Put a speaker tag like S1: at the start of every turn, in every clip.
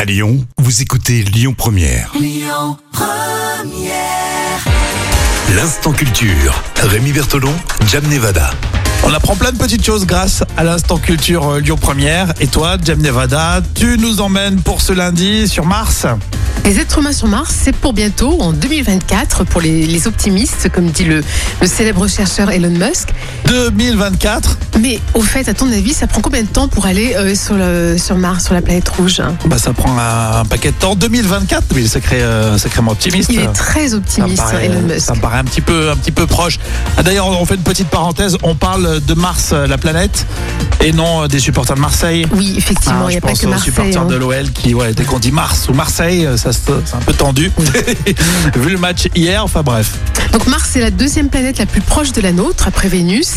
S1: À Lyon, vous écoutez Lyon Première. L'instant culture. Rémi Bertolon, Jam Nevada.
S2: On apprend plein de petites choses grâce à l'instant culture euh, Lyon Première. Et toi, Jam Nevada, tu nous emmènes pour ce lundi sur Mars.
S3: Les êtres humains sur Mars, c'est pour bientôt, en 2024, pour les, les optimistes, comme dit le, le célèbre chercheur Elon Musk.
S2: 2024.
S3: Mais au fait, à ton avis, ça prend combien de temps pour aller euh, sur, le- sur Mars, sur la planète rouge hein
S2: Bah, ça prend un, un paquet de temps. 2024. Oui, sacré, euh, sacrément optimiste.
S3: Il est très
S2: Ça me,
S3: optimiste,
S2: paraît, euh,
S3: Elon Musk.
S2: ça me paraît un petit peu, un petit peu proche. Ah, D'ailleurs, on fait une petite parenthèse. On parle de Mars, euh, la planète, et non euh, des supporters de Marseille.
S3: Oui,
S2: Ah,
S3: effectivement, il n'y
S2: je
S3: a pas
S2: pense
S3: que
S2: aux
S3: Marseille.
S2: supporters
S3: hein.
S2: de l'OL qui, ouais, dès qu'on dit Mars ou Marseille, euh, ça se- c'est un peu tendu.
S3: Mm.
S2: Vu le match hier, enfin bref.
S3: Donc Mars, c'est la deuxième planète la plus proche de la nôtre, après Vénus.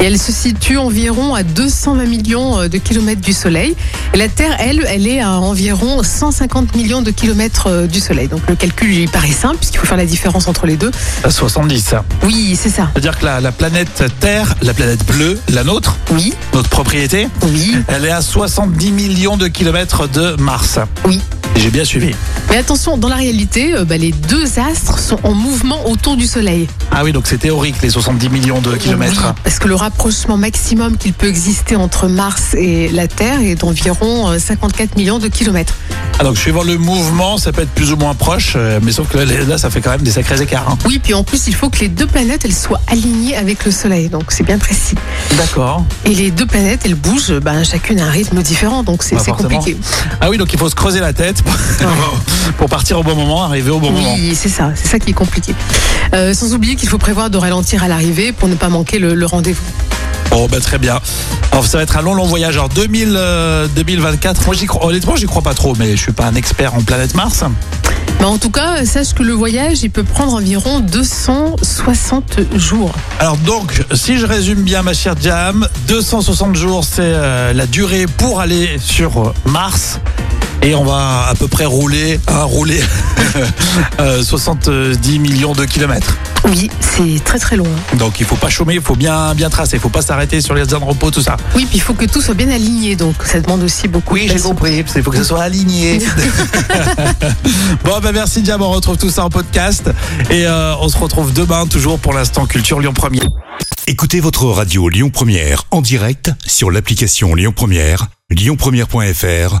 S3: Et elle se situe environ à 220 millions euh, de kilomètres du Soleil. Et la Terre, elle, elle est à environ 150 millions de kilomètres euh, du Soleil. Donc le calcul, il paraît simple, puisqu'il faut faire la différence entre les deux.
S2: À 70, ça.
S3: Oui, c'est ça.
S2: C'est-à-dire que la, la planète Terre, la planète bleue, la nôtre,
S3: Oui,
S2: notre propriété,
S3: oui.
S2: elle est à 70 millions de kilomètres de Mars.
S3: Oui.
S2: Et J'ai bien suivi.
S3: Mais attention, dans la réalité, euh, bah, les deux astres sont en mouvement autour du Soleil.
S2: Ah oui, donc c'est théorique, les 70 millions de kilomètres.
S3: Oui, parce que le rapprochement maximum qu'il peut exister entre Mars et la Terre est d'environ euh, 54 millions de kilomètres.
S2: Ah, donc suivant le mouvement, ça peut être plus ou moins proche, euh, mais sauf que là, là, ça fait quand même des sacrés écarts. hein.
S3: Oui, puis en plus, il faut que les deux planètes elles soient alignées avec le Soleil, donc c'est bien précis.
S2: D'accord.
S3: Et les deux planètes, elles bougent, euh, ben, chacune à un rythme différent, donc c'est
S2: Bah,
S3: c'est
S2: forcément.
S3: compliqué.
S2: Ah oui, donc il faut se creuser la tête pour, pour partir au bon moment, arriver au bon moment.
S3: Oui, c'est ça, c'est ça qui est compliqué. Euh, sans oublier qu'il faut prévoir de ralentir à l'arrivée pour ne pas manquer le, le rendez-vous.
S2: Bon, bah très bien. Alors, ça va être un long, long voyage. Alors, 2000, euh, 2024, moi, j'y crois, honnêtement, j'y crois pas trop, mais je suis pas un expert en planète Mars.
S3: Mais en tout cas, euh, sache que le voyage, il peut prendre environ 260 jours.
S2: Alors, donc, si je résume bien, ma chère Jam, 260 jours, c'est euh, la durée pour aller sur euh, Mars. Et on va à peu près rouler, hein, rouler euh, 70 millions de kilomètres.
S3: Oui, c'est très très long. hein.
S2: Donc il faut pas chômer, il faut bien bien tracer, il faut pas s'arrêter sur les zones de repos, tout ça.
S3: Oui, puis il faut que tout soit bien aligné, donc ça demande aussi beaucoup de patience.
S2: compris. Il faut que ce soit aligné. bon, ben merci Diam, on retrouve tout ça en podcast. Et euh, on se retrouve demain, toujours pour l'instant Culture Lyon Première.
S1: Écoutez votre radio Lyon Première en direct sur l'application Lyon Première, lyonpremière.fr